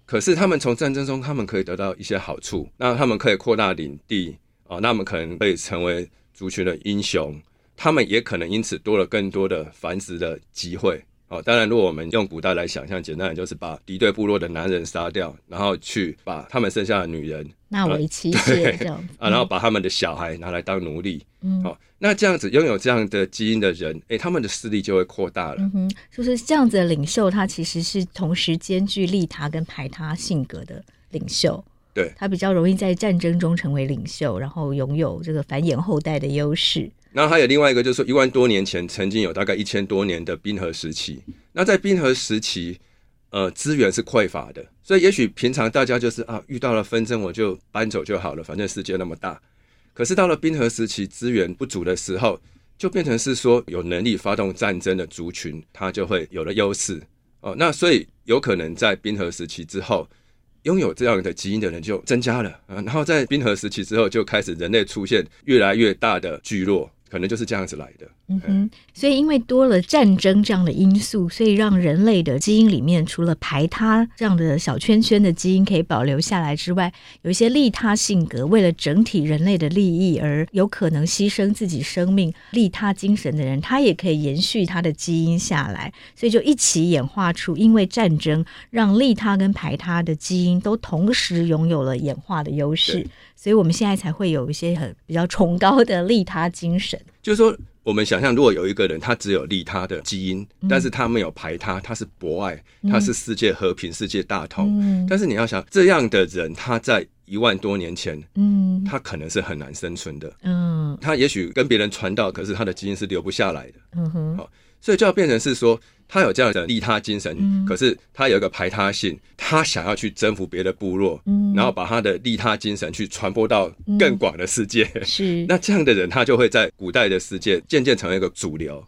Speaker 2: 可是他们从战争中，他们可以得到一些好处。那他们可以扩大领地哦，那他们可能可以成为族群的英雄，他们也可能因此多了更多的繁殖的机会。哦，当然，如果我们用古代来想象，简单的就是把敌对部落的男人杀掉，然后去把他们剩下的女人
Speaker 1: 纳为妻妾这样子，
Speaker 2: 啊，然后把他们的小孩拿来当奴隶。
Speaker 1: 嗯
Speaker 2: 好、那这样子拥有这样的基因的人，诶、他们的势力就会扩大了。
Speaker 1: 嗯哼，就是这样子的领袖，他其实是同时兼具利他跟排他性格的领袖。
Speaker 2: 对
Speaker 1: 他比较容易在战争中成为领袖，然后拥有这个繁衍后代的优势。
Speaker 2: 然后还有另外一个，就是说一万多年前曾经有大概一千多年的冰河时期。那在冰河时期，呃，资源是匮乏的，所以也许平常大家就是啊，遇到了纷争我就搬走就好了，反正世界那么大。可是到了冰河时期，资源不足的时候，就变成是说有能力发动战争的族群，它就会有了优势哦。那所以有可能在冰河时期之后，拥有这样的基因的人就增加了啊。然后在冰河时期之后，就开始人类出现越来越大的聚落，可能就是这样子来的。
Speaker 1: 嗯哼，所以因为多了战争这样的因素，所以让人类的基因里面除了排他这样的小圈圈的基因可以保留下来之外，有一些利他性格，为了整体人类的利益而有可能牺牲自己生命、利他精神的人，他也可以延续他的基因下来，所以就一起演化出，因为战争让利他跟排他的基因都同时拥有了演化的优势
Speaker 2: 对，
Speaker 1: 所以我们现在才会有一些很比较崇高的利他精神。
Speaker 2: 就是说，我们想象如果有一个人他只有利他的基因，但是他没有排他，他是博爱，他是世界和平、世界大同。
Speaker 1: 嗯
Speaker 2: 但是你要想，这样的人他在一万多年前，
Speaker 1: 嗯
Speaker 2: 他可能是很难生存的。
Speaker 1: 嗯
Speaker 2: 他也许跟别人传道，可是他的基因是留不下来的，
Speaker 1: 嗯哼，
Speaker 2: 所以就要变成是说，他有这样的利他精神，
Speaker 1: 嗯
Speaker 2: 可是他有一个排他性，他想要去征服别的部落，
Speaker 1: 嗯
Speaker 2: 然后把他的利他精神去传播到更广的世界。
Speaker 1: 是
Speaker 2: <laughs> 那这样的人，他就会在古代的世界渐渐成为一个主流。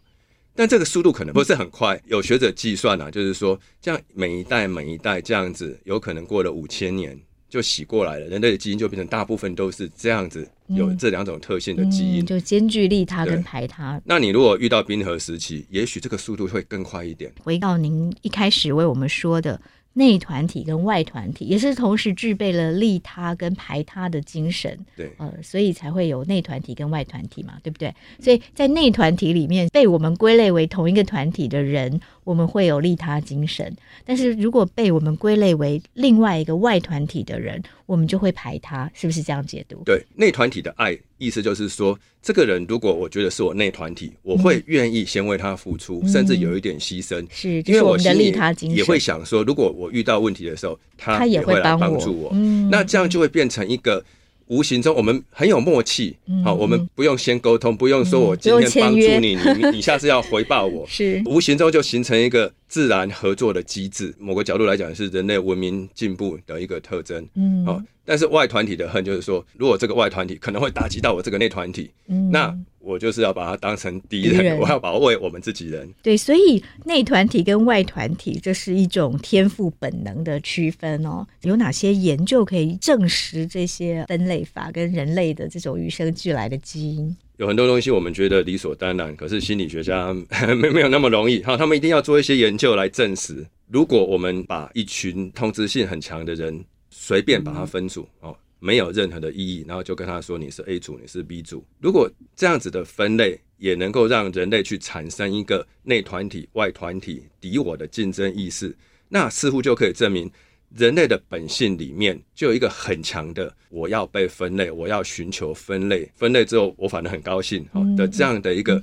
Speaker 2: 但这个速度可能不是很快，有学者计算啊，就是说，这样每一代每一代这样子，有可能过了五千年就洗过来了，人类的基因就变成大部分都是这样子，
Speaker 1: 嗯
Speaker 2: 有这两种特性的基因。
Speaker 1: 嗯、就兼具利他跟
Speaker 2: 对
Speaker 1: 排他。
Speaker 2: 那你如果遇到冰河时期，也许这个速度会更快一点。
Speaker 1: 回到您一开始为我们说的内团体跟外团体，也是同时具备了利他跟排他的精神，
Speaker 2: 对，
Speaker 1: 呃，所以才会有内团体跟外团体嘛，对不对？所以在内团体里面被我们归类为同一个团体的人，我们会有利他精神；但是如果被我们归类为另外一个外团体的人，我们就会排他，是不是这样解读？
Speaker 2: 对，内团体的爱意思就是说，这个人如果我觉得是我内团体，我会愿意先为他付出，甚至有一点牺牲。
Speaker 1: 嗯是，这
Speaker 2: 因为
Speaker 1: 是我
Speaker 2: 我
Speaker 1: 们的
Speaker 2: 心里
Speaker 1: 利他精神，
Speaker 2: 也会想说，如果我遇到问题的时候，
Speaker 1: 他
Speaker 2: 他
Speaker 1: 也
Speaker 2: 也会
Speaker 1: 会
Speaker 2: 来
Speaker 1: 帮
Speaker 2: 帮
Speaker 1: 我
Speaker 2: 助我。
Speaker 1: 嗯
Speaker 2: 那这样就会变成一个无形中我们很有默契。好、
Speaker 1: 嗯
Speaker 2: 我们不用先沟通，不用说我今
Speaker 1: 不用
Speaker 2: 天帮
Speaker 1: 签约。
Speaker 2: 助你，你你你下次要回报我
Speaker 1: 是
Speaker 2: 无形中就形成一个自然合作的机制，某个角度来讲是人类文明进步的一个特征。
Speaker 1: 嗯
Speaker 2: 好、但是外团体的恨就是说，如果这个外团体可能会打击到我这个内团体，
Speaker 1: 嗯
Speaker 2: 那我就是要把它当成敌
Speaker 1: 敌人
Speaker 2: 人，我要保卫我们自己人。
Speaker 1: 对，所以内团体跟外团体，这是一种天赋本能的区分哦。有哪些研究可以证实这些分类法跟人类的这种与生俱来的基因？
Speaker 2: 有很多东西我们觉得理所当然，可是心理学家嗯没没有那么容易哈，他们一定要做一些研究来证实。如果我们把一群通知性很强的人随便把它分组哦，没有任何的意义，然后就跟他说你是 A 组，你是 B 组，如果这样子的分类也能够让人类去产生一个内团体、外团体、敌我的竞争意识，那似乎就可以证明。人类的本性里面就有一个很强的我要被分类，我要寻求分类，分类之后我反而很高兴好
Speaker 1: 嗯
Speaker 2: 的这样的一个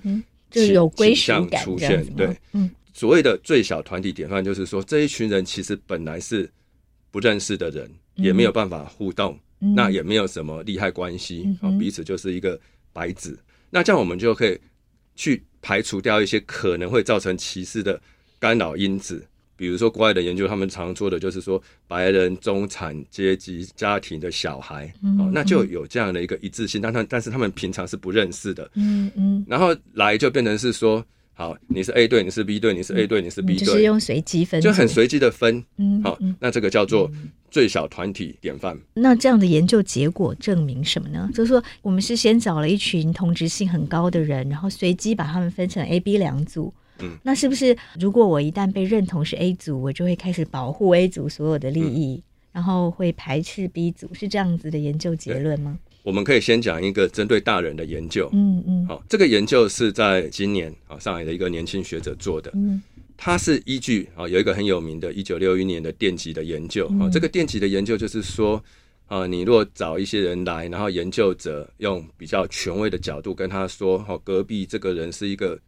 Speaker 1: 就
Speaker 2: 倾
Speaker 1: 有归
Speaker 2: 倾
Speaker 1: 属
Speaker 2: 向
Speaker 1: 感
Speaker 2: 出
Speaker 1: 这样
Speaker 2: 现
Speaker 1: 子，吗
Speaker 2: 对，
Speaker 1: 嗯，
Speaker 2: 所谓的最小团体典范，就是说这一群人其实本来是不认识的人，
Speaker 1: 嗯
Speaker 2: 也没有办法互动，
Speaker 1: 嗯
Speaker 2: 那也没有什么利害关系
Speaker 1: 嗯，
Speaker 2: 啊、
Speaker 1: 哼
Speaker 2: 彼此就是一个白纸。那这样我们就可以去排除掉一些可能会造成歧视的干扰因子。比如说，国外的研究，他们常做的就是说，白人中产阶级家庭的小孩，
Speaker 1: 嗯
Speaker 2: 哦，那就有这样的一个一致性，但他但是他们平常是不认识的，
Speaker 1: 嗯嗯，
Speaker 2: 然后来就变成是说，好，你是 A 队，你是 B 队，你是 A 队，你是 B
Speaker 1: 嗯就是
Speaker 2: 队，
Speaker 1: 用随机分
Speaker 2: 就很
Speaker 1: 组，
Speaker 2: 随机的分。
Speaker 1: 嗯
Speaker 2: 好
Speaker 1: 嗯，
Speaker 2: 那这个叫做最小团体典范。
Speaker 1: 那这样的研究结果证明什么呢？就是说，我们是先找了一群同质性很高的人，然后随机把他们分成 A、B 两组。
Speaker 2: 嗯，
Speaker 1: 那是不是如果我一旦被认同是 A 组，我就会开始保护 A 组所有的利
Speaker 2: 嗯
Speaker 1: 益，然后会排斥 B 组？是这样子的研究结论吗？
Speaker 2: 我们可以先讲一个针对大人的研究。
Speaker 1: 嗯嗯
Speaker 2: 好，这个研究是在今年啊上海的一个年轻学者做的。
Speaker 1: 嗯
Speaker 2: 它是依据啊有一个很有名的1961年的电极的研究
Speaker 1: 嗯
Speaker 2: 啊，这个电极的研究就是说啊，你若找一些人来，然后研究者用比较权威的角度跟他说，哦，隔壁这个人是一个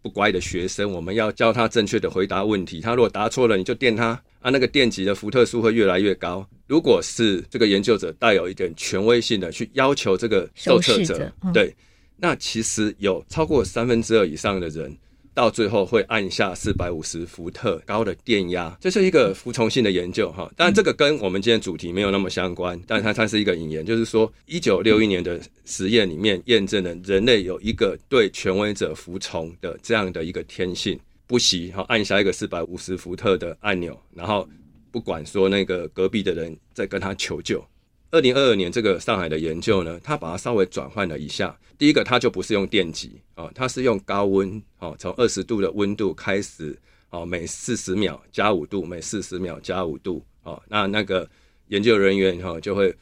Speaker 2: 不乖的学生，我们要教他正确的回答问题，他如果答错了，你就电他啊，那个电极的福特数会越来越高。如果是这个研究者带有一点权威性的去要求这个受测
Speaker 1: 受试者嗯
Speaker 2: 对，那其实有超过三分之二以上的人。到最后会按下四百五十伏特高的电压，这是一个服从性的研究哈。当然，这个跟我们今天主题没有那么相关，但它它是一个引言，就是说，一九六一年的实验里面验证了人类有一个对权威者服从的这样的一个天性，不惜哈按下一个四百五十伏特的按钮，然后不管说那个隔壁的人在跟他求救。二零二二年这个上海的研究呢，它把它稍微转换了一下。第一个，它就不是用电极啊、哦，它是用高温哦，从二十度的温度开始哦，每四十秒加五度，每四十秒加五度哦。那那个研究人员哈、哦、就会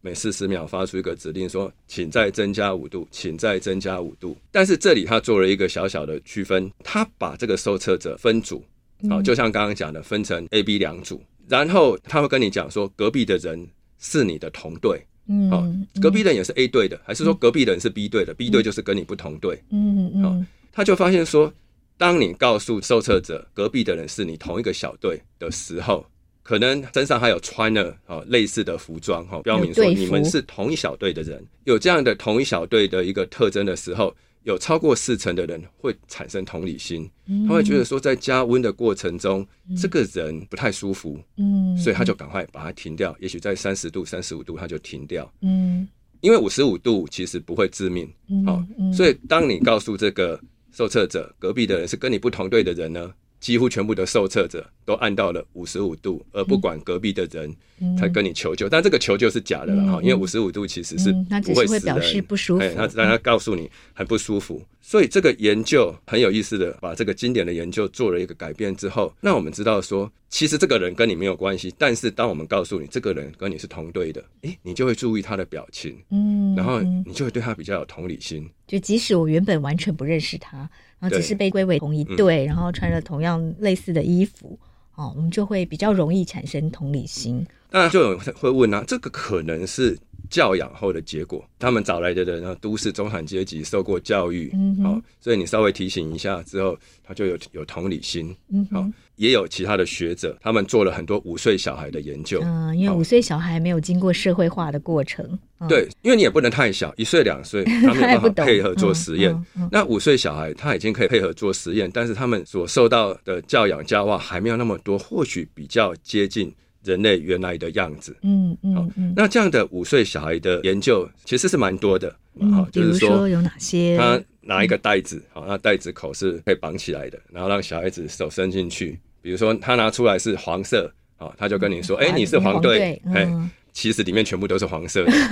Speaker 2: 每四十秒发出一个指令说，请再增加五度，请再增加五度。但是这里他做了一个小小的区分，他把这个受测者分组，哦，就像刚刚讲的，分成 A、B 两组，然后他会跟你讲说，隔壁的人。是你的同队，
Speaker 1: 嗯，
Speaker 2: 哦
Speaker 1: 嗯，
Speaker 2: 隔壁人也是 A 队的，还是说隔壁人是 B 队的、b 队就是跟你不同队，
Speaker 1: 嗯嗯
Speaker 2: 哦他就发现说，当你告诉受测者隔壁的人是你同一个小队的时候，可能身上还有穿了哦类似的服装，哈、哦，标明说
Speaker 1: 有队服
Speaker 2: 你们是同一小队的人。有这样的同一小队的一个特征的时候，有超过四成的人会产生同理心，
Speaker 1: 嗯
Speaker 2: 他会觉得说，在加温的过程中，这个人不太舒服，
Speaker 1: 嗯，
Speaker 2: 所以他就赶快把它停掉，也许在三十度、三十五度他就停掉，
Speaker 1: 嗯
Speaker 2: 因为五十五度其实不会致命，
Speaker 1: 嗯
Speaker 2: 好
Speaker 1: 嗯
Speaker 2: 所以当你告诉这个受测者隔壁的人是跟你不同队的人呢，几乎全部的受测者都按到了五十五度，而不管隔壁的人才跟你求救，但这个求救是假的了哈，
Speaker 1: 嗯
Speaker 2: 因为五十五度其实是
Speaker 1: 嗯他只
Speaker 2: 不会
Speaker 1: 是会
Speaker 2: 死
Speaker 1: 表
Speaker 2: 人
Speaker 1: 示不舒服
Speaker 2: 哎他让他告诉你很不舒服，所以这个研究很有意思的，把这个经典的研究做了一个改变之后，那我们知道说，其实这个人跟你没有关系，但是当我们告诉你这个人跟你是同队的，诶，你就会注意他的表情，
Speaker 1: 嗯，
Speaker 2: 然后
Speaker 1: 嗯
Speaker 2: 你就会对他比较有同理心。
Speaker 1: 就即使我原本完全不认识他，然后只
Speaker 2: 对嗯
Speaker 1: 是被归为同一队，然后穿着同样类似的衣服，哦，我们就会比较容易产生同理心。
Speaker 2: 当然就有人会问啊，这个可能是教养后的结果。他们找来的人呢，都市中产阶级，受过教育，
Speaker 1: 嗯哼
Speaker 2: 好、所以你稍微提醒一下之后，他就有有同理心。
Speaker 1: 嗯
Speaker 2: 好、
Speaker 1: 哼，
Speaker 2: 也有其他的学者，他们做了很多五岁小孩的研究。
Speaker 1: 嗯、因为
Speaker 2: 好
Speaker 1: 五岁小孩没有经过社会化的过程，嗯、
Speaker 2: 对，因为你也不能太小，一岁
Speaker 1: <laughs>
Speaker 2: 两岁，他没
Speaker 1: 他也
Speaker 2: 有
Speaker 1: 不
Speaker 2: 办
Speaker 1: 懂
Speaker 2: 法配合做实验。
Speaker 1: 嗯嗯嗯
Speaker 2: 那五岁小孩他已经可以配合做实验，但是他们所受到的教养教化还没有那么多，或许比较接近人类原来的样子。
Speaker 1: 嗯，
Speaker 2: 好
Speaker 1: 嗯嗯
Speaker 2: 那这样的五岁小孩的研究其实是蛮多的，
Speaker 1: 嗯，
Speaker 2: 好、
Speaker 1: 比
Speaker 2: 就
Speaker 1: 如
Speaker 2: 是
Speaker 1: 说有哪些？
Speaker 2: 他拿一个袋子，好、那袋子口是可以绑起来的，然后让小孩子手伸进去。比如说他拿出来是黄色，好、他就跟你说，哎、
Speaker 1: 嗯黄
Speaker 2: 你是黄队，
Speaker 1: 黄队
Speaker 2: 哎、
Speaker 1: 嗯
Speaker 2: 其实里面全部都是黄色的，
Speaker 1: <laughs>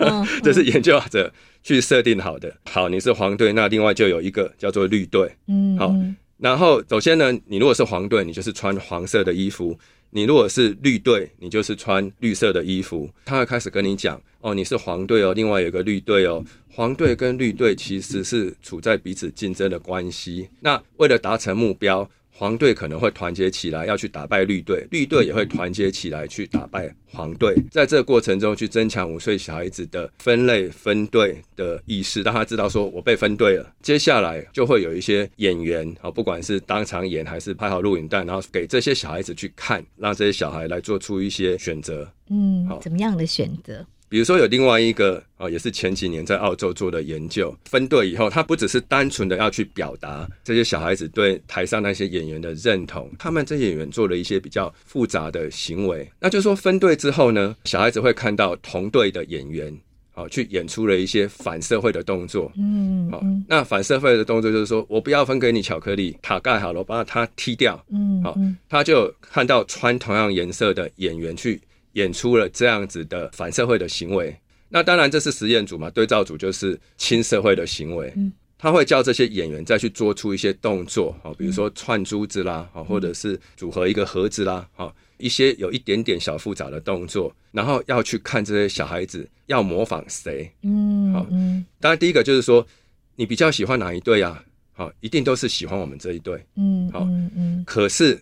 Speaker 1: 嗯
Speaker 2: <laughs> 这是研究者去设定好的。好，你是黄队，那另外就有一个叫做绿队，
Speaker 1: 嗯，
Speaker 2: 好
Speaker 1: 嗯
Speaker 2: 然后，首先呢，你如果是黄队，你就是穿黄色的衣服；你如果是绿队，你就是穿绿色的衣服。他会开始跟你讲：“哦，你是黄队哦，另外有个绿队哦。”黄队跟绿队其实是处在彼此竞争的关系。那为了达成目标，黄队可能会团结起来要去打败绿队，绿队也会团结起来去打败黄队。在这个过程中，去增强五岁小孩子的分类分队的意识，让他知道说我被分队了。接下来就会有一些演员啊，不管是当场演还是拍好录影带，然后给这些小孩子去看，让这些小孩来做出一些选择。
Speaker 1: 嗯，
Speaker 2: 好
Speaker 1: 怎么样的选择？
Speaker 2: 比如说有另外一个啊、哦，也是前几年在澳洲做的研究，分队以后，他不只是单纯的要去表达这些小孩子对台上那些演员的认同，他们这些演员做了一些比较复杂的行为。那就是说分队之后呢，小孩子会看到同队的演员。哦，去演出了一些反社会的动作。
Speaker 1: 嗯
Speaker 2: 哦
Speaker 1: 嗯，
Speaker 2: 那反社会的动作就是说，我不要分给你巧克力，塔盖好了，我把它踢掉。
Speaker 1: 嗯，
Speaker 2: 好
Speaker 1: 嗯
Speaker 2: 他就看到穿同样颜色的演员去演出了这样子的反社会的行为。那当然这是实验组嘛，对照组就是亲社会的行为。
Speaker 1: 嗯
Speaker 2: 他会叫这些演员再去做出一些动作，哦，比如说串珠子啦，哦，或者是组合一个盒子啦，哦，一些有一点点小复杂的动作，然后要去看这些小孩子要模仿谁。
Speaker 1: 嗯，
Speaker 2: 好
Speaker 1: 嗯
Speaker 2: 当然，第一个就是说，你比较喜欢哪一队啊？好、一定都是喜欢我们这一队。
Speaker 1: 嗯，
Speaker 2: 好
Speaker 1: 嗯嗯
Speaker 2: 可是，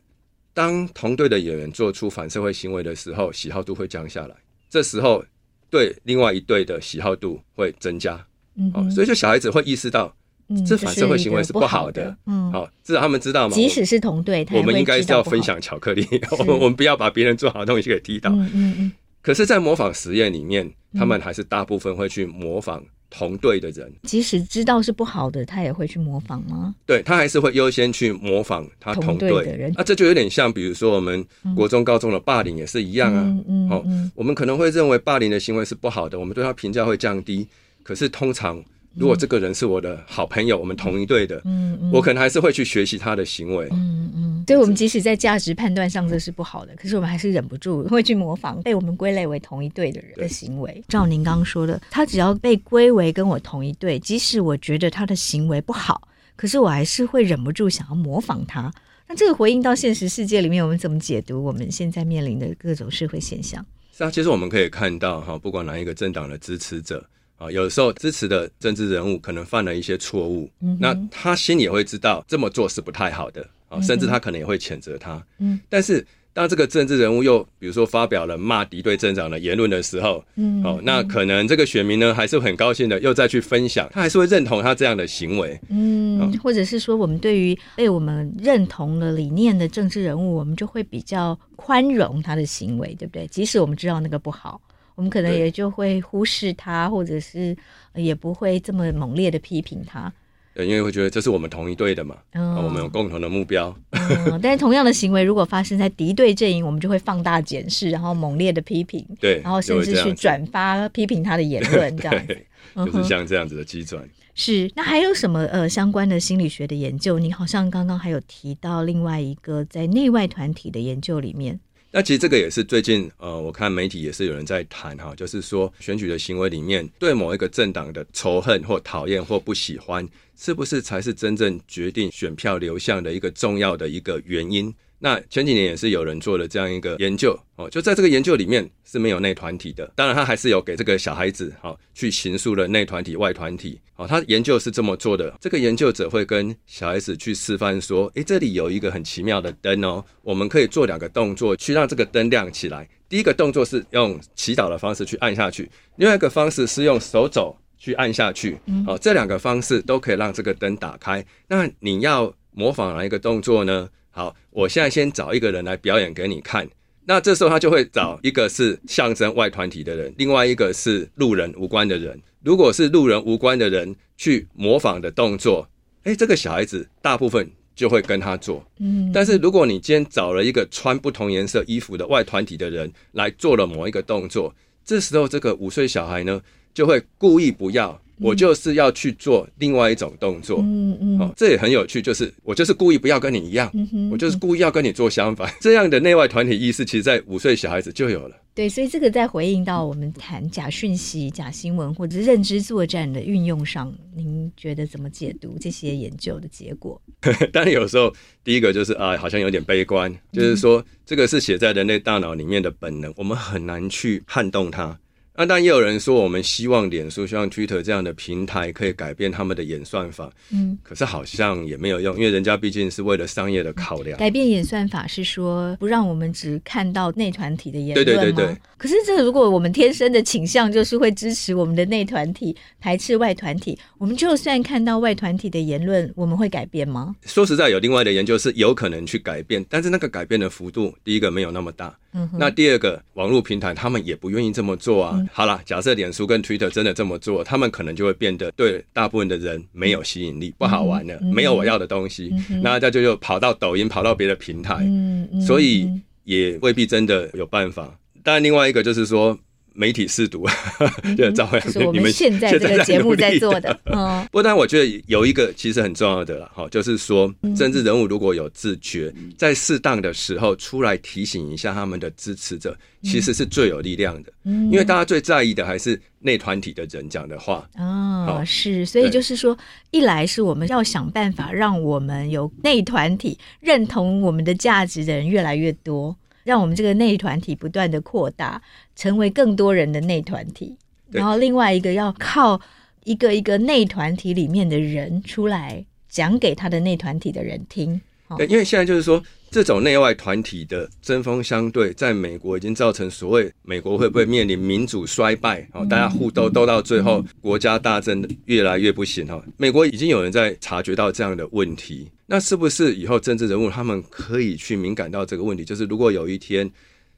Speaker 2: 当同队的演员做出反社会行为的时候，喜好度会降下来。这时候，对另外一队的喜好度会增加。
Speaker 1: 嗯
Speaker 2: 哦
Speaker 1: 哼，，
Speaker 2: 所以就小孩子会意识到，
Speaker 1: 嗯
Speaker 2: 这反社会行为是不好
Speaker 1: 这是一
Speaker 2: 的
Speaker 1: 个。不好的嗯，
Speaker 2: 好、至少他们知道嘛。
Speaker 1: 即使是同队，他也
Speaker 2: 我我们
Speaker 1: 会
Speaker 2: 应该
Speaker 1: 知
Speaker 2: 是
Speaker 1: 道
Speaker 2: 要
Speaker 1: 不
Speaker 2: 分
Speaker 1: 好。
Speaker 2: 享巧
Speaker 1: <laughs>
Speaker 2: 克力，我们我们不要把别人做好的东西给踢倒。
Speaker 1: 嗯嗯嗯
Speaker 2: 可是，在模仿实验里面，他们还是大部分会去模仿同队的人。
Speaker 1: 即使知道是不好的，他也会去模仿吗？
Speaker 2: 对他还是会优先去模仿他同队
Speaker 1: 同队的人
Speaker 2: 那、这就有点像，比如说我们国中、高中的霸凌也是一样啊。
Speaker 1: 嗯嗯
Speaker 2: 哦
Speaker 1: 嗯
Speaker 2: 我们可能会认为霸凌的行为是不好的，我们对他评价会降低。可是通常，如果这个人是我的好朋友，我们同一队的，
Speaker 1: 嗯嗯，
Speaker 2: 我可能还是会去学习他的行为。
Speaker 1: 嗯嗯所以我们即使在价值判断上这是不好的，可是我们还是忍不住会去模仿被我们归类为同一队的人的行为。照您刚刚说的，他只要被归为跟我同一队，即使我觉得他的行为不好，可是我还是会忍不住想要模仿他。那这个回应到现实世界里面，我们怎么解读我们现在面临的各种社会现象？
Speaker 2: 是啊，其实我们可以看到哈，不管哪一个政党的支持者啊，有时候支持的政治人物可能犯了一些错误，
Speaker 1: 嗯哼
Speaker 2: 那他心里也会知道这么做是不太好的啊，甚至他可能也会谴责他。
Speaker 1: 嗯，
Speaker 2: 但是当这个政治人物又比如说发表了骂敌对政党的言论的时候，
Speaker 1: 嗯
Speaker 2: 哦，那可能这个选民呢还是很高兴的，又再去分享，他还是会认同他这样的行为。
Speaker 1: 嗯
Speaker 2: 啊，
Speaker 1: 或者是说，我们对于被我们认同的理念的政治人物，我们就会比较宽容他的行为，对不对？即使我们知道那个不好，我们可能
Speaker 2: 对
Speaker 1: 也就会忽视他，或者是呃也不会这么猛烈的批评他。
Speaker 2: 对，因为会觉得这是我们同一队的嘛，
Speaker 1: 嗯
Speaker 2: 啊，我们有共同的目标，
Speaker 1: 嗯，但是同样的行为如果发生在敌对阵营，我们就会放大检视，然后猛烈的批评，
Speaker 2: 对，
Speaker 1: 然后
Speaker 2: 就
Speaker 1: 甚
Speaker 2: 会
Speaker 1: 至
Speaker 2: 这样
Speaker 1: 去
Speaker 2: 子，
Speaker 1: 转发批评他的言论，这样子。
Speaker 2: <laughs> 对，
Speaker 1: 嗯
Speaker 2: 就是
Speaker 1: 哼
Speaker 2: 像这样子的机转。
Speaker 1: 是，那还有什么呃相关的心理学的研究？你好像刚刚还有提到另外一个在内外团体的研究里面，
Speaker 2: 那其实这个也是最近呃，我看媒体也是有人在谈哈，就是说选举的行为里面对某一个政党的仇恨或讨厌或不喜欢，是不是才是真正决定选票流向的一个重要的一个原因？那前几年也是有人做了这样一个研究哦，就在这个研究里面是没有内团体的，当然他还是有给这个小孩子好、哦、去形塑了内团体、外团体哦，他研究是这么做的，这个研究者会跟小孩子去示范说，诶，这里有一个很奇妙的灯哦，我们可以做两个动作去让这个灯亮起来，第一个动作是用祈祷的方式去按下去，另外一个方式是用手肘去按下去。哦，这两个方式都可以让这个灯打开。那你要模仿哪一个动作呢？好，我现在先找一个人来表演给你看。那这时候他就会找一个是象征外团体的人，另外一个是路人无关的人。如果是路人无关的人去模仿的动作，诶，这个小孩子大部分就会跟他做。
Speaker 1: 嗯，
Speaker 2: 但是如果你今天找了一个穿不同颜色衣服的外团体的人来做了某一个动作，这时候这个五岁小孩呢就会故意不要，我就是要去做另外一种动作。
Speaker 1: 嗯嗯
Speaker 2: 哦，这也很有趣，就是我就是故意不要跟你一样，
Speaker 1: 嗯哼，
Speaker 2: 我就是故意要跟你做相反。这样的内外团体意识，其实在五岁小孩子就有了。
Speaker 1: 对，所以这个在回应到我们谈假讯息、假新闻或者是认知作战的运用上，您觉得怎么解读这些研究的结果？
Speaker 2: <laughs> 但有时候第一个就是啊，好像有点悲观，就是说这个是写在人类大脑里面的本能，我们很难去撼动它。那但也有人说，我们希望脸书、希望 Twitter 这样的平台可以改变他们的演算法，
Speaker 1: 嗯，
Speaker 2: 可是好像也没有用，因为人家毕竟是为了商业的考量。
Speaker 1: 改变演算法是说不让我们只看到内团体的言
Speaker 2: 对
Speaker 1: 论吗？
Speaker 2: 对对对
Speaker 1: 可是这个如果我们天生的倾向就是会支持我们的内团体，排斥外团体，我们就算看到外团体的言论，我们会改变吗？
Speaker 2: 说实在，有另外的研究是有可能去改变，但是那个改变的幅度，第一个没有那么大，
Speaker 1: 嗯哼，
Speaker 2: 那第二个，网络平台他们也不愿意这么做啊。好啦，假设脸书跟 Twitter 真的这么做，他们可能就会变得对大部分的人没有吸引力，不好玩了，
Speaker 1: 嗯
Speaker 2: 没有我要的东西，那大家就又跑到抖音，跑到别的平台，
Speaker 1: 嗯嗯
Speaker 2: 所以
Speaker 1: 嗯
Speaker 2: 也未必真的有办法。但另外一个就是说，媒体试读， <laughs> 就赵慧
Speaker 1: 嗯就
Speaker 2: 兰
Speaker 1: 是我
Speaker 2: 你
Speaker 1: 们现在这个节目在做的，嗯
Speaker 2: 不但我觉得有一个其实很重要的啦，哈，就是说政治人物如果有自觉，在适当的时候出来提醒一下他们的支持者，其实是最有力量的，
Speaker 1: 嗯
Speaker 2: 因为大家最在意的还是内团体的人讲的话。
Speaker 1: 啊、
Speaker 2: 好
Speaker 1: 是，所以
Speaker 2: 对
Speaker 1: 就是说，一来是我们要想办法让我们有内团体认同我们的价值的人越来越多，让我们这个内团体不断的扩大，成为更多人的内团体。
Speaker 2: 对
Speaker 1: 然后另外一个要靠一个一个内团体里面的人出来讲给他的内团体的人听。哦
Speaker 2: 对，因为现在就是说，这种内外团体的针锋相对，在美国已经造成所谓美国会不会面临民主衰败？哦，大家互斗斗到最后，国家大政越来越不行哈、哦。美国已经有人在察觉到这样的问题，那是不是以后政治人物他们可以去敏感到这个问题？就是如果有一天，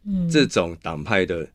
Speaker 1: 嗯
Speaker 2: 这种党派的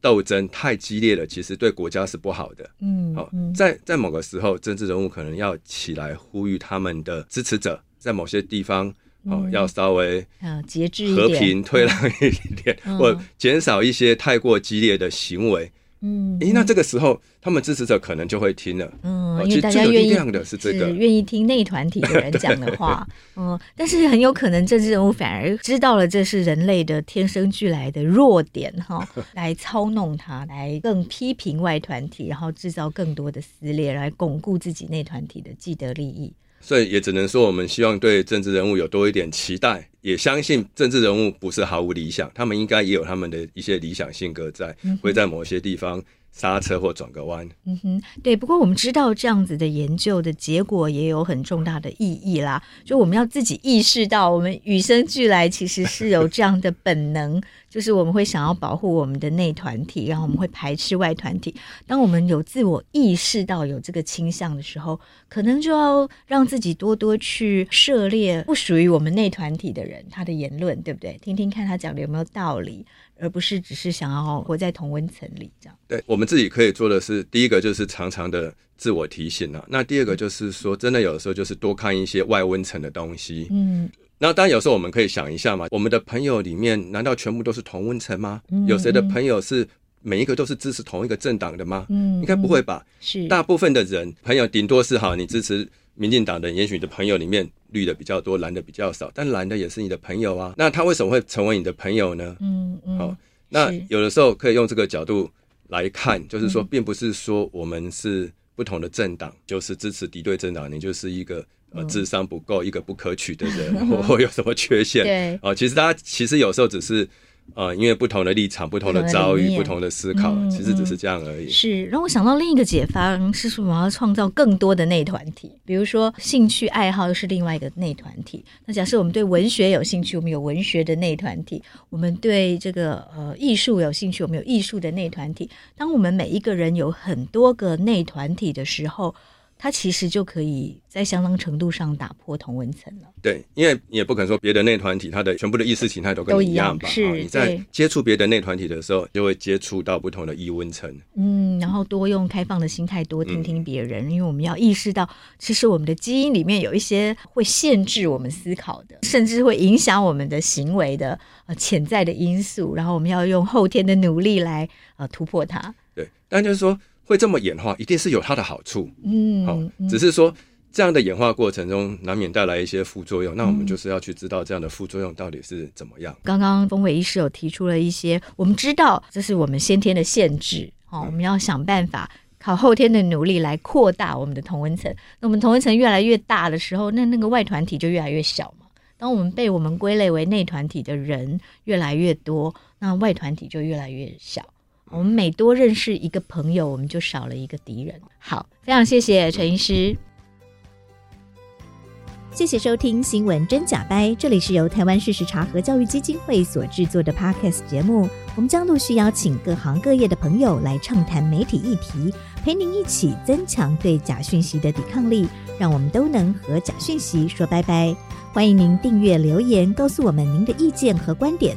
Speaker 2: 斗争太激烈了，其实对国家是不好的。
Speaker 1: 嗯
Speaker 2: 好、
Speaker 1: 嗯
Speaker 2: 哦在在某个时候，政治人物可能要起来呼吁他们的支持者，在某些地方哦，
Speaker 1: 嗯
Speaker 2: 要稍微
Speaker 1: 啊，节制一
Speaker 2: 和
Speaker 1: 点
Speaker 2: 平退让一点，
Speaker 1: 嗯
Speaker 2: 或减少一些太过激烈的行为。
Speaker 1: 嗯
Speaker 2: 诶，那这个时候他们支持者可能就会听了。
Speaker 1: 嗯
Speaker 2: 哦，
Speaker 1: 因为
Speaker 2: 其实
Speaker 1: 大
Speaker 2: 最
Speaker 1: 家
Speaker 2: 有
Speaker 1: 愿
Speaker 2: 力
Speaker 1: 意
Speaker 2: 量的是这个
Speaker 1: 是，愿意听那团体的人讲的
Speaker 2: <laughs>
Speaker 1: 话，嗯，但是很有可能政治人物反而知道了这是人类的天生俱来的弱点
Speaker 2: <laughs>
Speaker 1: 哈，来操弄它，来更批评外团体，然后制造更多的撕裂，来巩固自己内团体的既得利益。
Speaker 2: 所以也只能说我们希望对政治人物有多一点期待，也相信政治人物不是毫无理想，他们应该也有他们的一些理想性格在，会在某些地方刹车或转个弯。
Speaker 1: 嗯哼，对。不过我们知道这样子的研究的结果也有很重大的意义啦，就我们要自己意识到，我们与生俱来其实是有这样的本能，就是我们会想要保护我们的内团体，然后我们会排斥外团体。当我们有自我意识到有这个倾向的时候，可能就要让自己多多去涉猎不属于我们内团体的人他的言论，对不对？听听看他讲的有没有道理，而不是只是想要活在同温层里这样。
Speaker 2: 对我们自己可以做的是，第一个就是常常的自我提醒啊，那
Speaker 1: 嗯
Speaker 2: 第二个就是说，真的有的时候就是多看一些外温层的东西。
Speaker 1: 嗯，
Speaker 2: 那当然有时候我们可以想一下嘛，我们的朋友里面难道全部都是同温层吗？
Speaker 1: 嗯
Speaker 2: 有谁的
Speaker 1: 嗯
Speaker 2: 朋友是每一个都是支持同一个政党的吗？
Speaker 1: 嗯
Speaker 2: 应该不会吧？
Speaker 1: 是
Speaker 2: 大部分的人朋友顶多是哈，你支持民进党的人，也许你的朋友里面绿的比较多，蓝的比较少，但蓝的也是你的朋友啊。那他为什么会成为你的朋友呢？
Speaker 1: 嗯嗯，
Speaker 2: 好那
Speaker 1: 是嗯
Speaker 2: 有的时候可以用这个角度来看，就是说，并不是说我们是不同的政党，就是支持敌对政党，你就是一个
Speaker 1: 嗯
Speaker 2: 呃智商不够、一个不可取的
Speaker 1: <laughs>
Speaker 2: 人，或或有什么缺陷。
Speaker 1: 对
Speaker 2: 哦，其实大家其实有时候只是呃，因为不同的立场、不同的
Speaker 1: 不同的
Speaker 2: 遭
Speaker 1: 理
Speaker 2: 遇、
Speaker 1: 念
Speaker 2: 不同的思考，
Speaker 1: 嗯
Speaker 2: 其实只是这样而已。
Speaker 1: 是让我想到另一个解方是说，我们要创造更多的内团体，比如说兴趣爱好又是另外一个内团体。那假设我们对文学有兴趣，我们有文学的内团体；我们对这个呃艺术有兴趣，我们有艺术的内团体。当我们每一个人有很多个内团体的时候，它其实就可以在相当程度上打破同温层了。
Speaker 2: 对，因为你也不可能说别的内团体它的全部的意识形态都跟
Speaker 1: 都
Speaker 2: 你
Speaker 1: 一
Speaker 2: 一
Speaker 1: 样
Speaker 2: 样吧？
Speaker 1: 是
Speaker 2: 哦你在
Speaker 1: 对
Speaker 2: 接触别的内团体的时候，就会接触到不同的异温层。
Speaker 1: 嗯，然后多用开放的心态，多听听别人，因为我们要意识到，其实我们的基因里面有一些会限制我们思考的，甚至会影响我们的行为的呃潜在的因素，然后我们要用后天的努力来呃突破它。
Speaker 2: 对，但就是说会这么演化，一定是有它的好处。
Speaker 1: 嗯，
Speaker 2: 好、
Speaker 1: 嗯
Speaker 2: 只是说这样的演化过程中难免带来一些副作用，那我
Speaker 1: 嗯
Speaker 2: 们就是要去知道这样的副作用到底是怎么样。
Speaker 1: 刚刚丰伟医师有提出了一些，我们知道这是我们先天的限制，好、我们要想办法靠后天的努力来扩大我们的同温层。那我们同温层越来越大的时候，那那个外团体就越来越小嘛。当我们被我们归类为内团体的人越来越多，那外团体就越来越小。我们每多认识一个朋友，我们就少了一个敌人。好，非常谢谢陈医师。
Speaker 3: 谢谢收听《新闻真假掰》，这里是由台湾事实查核教育基金会所制作的 Podcast 节目。我们将陆续邀请各行各业的朋友来畅谈媒体议题，陪您一起增强对假讯息的抵抗力，让我们都能和假讯息说拜拜。欢迎您订阅留言，告诉我们您的意见和观点。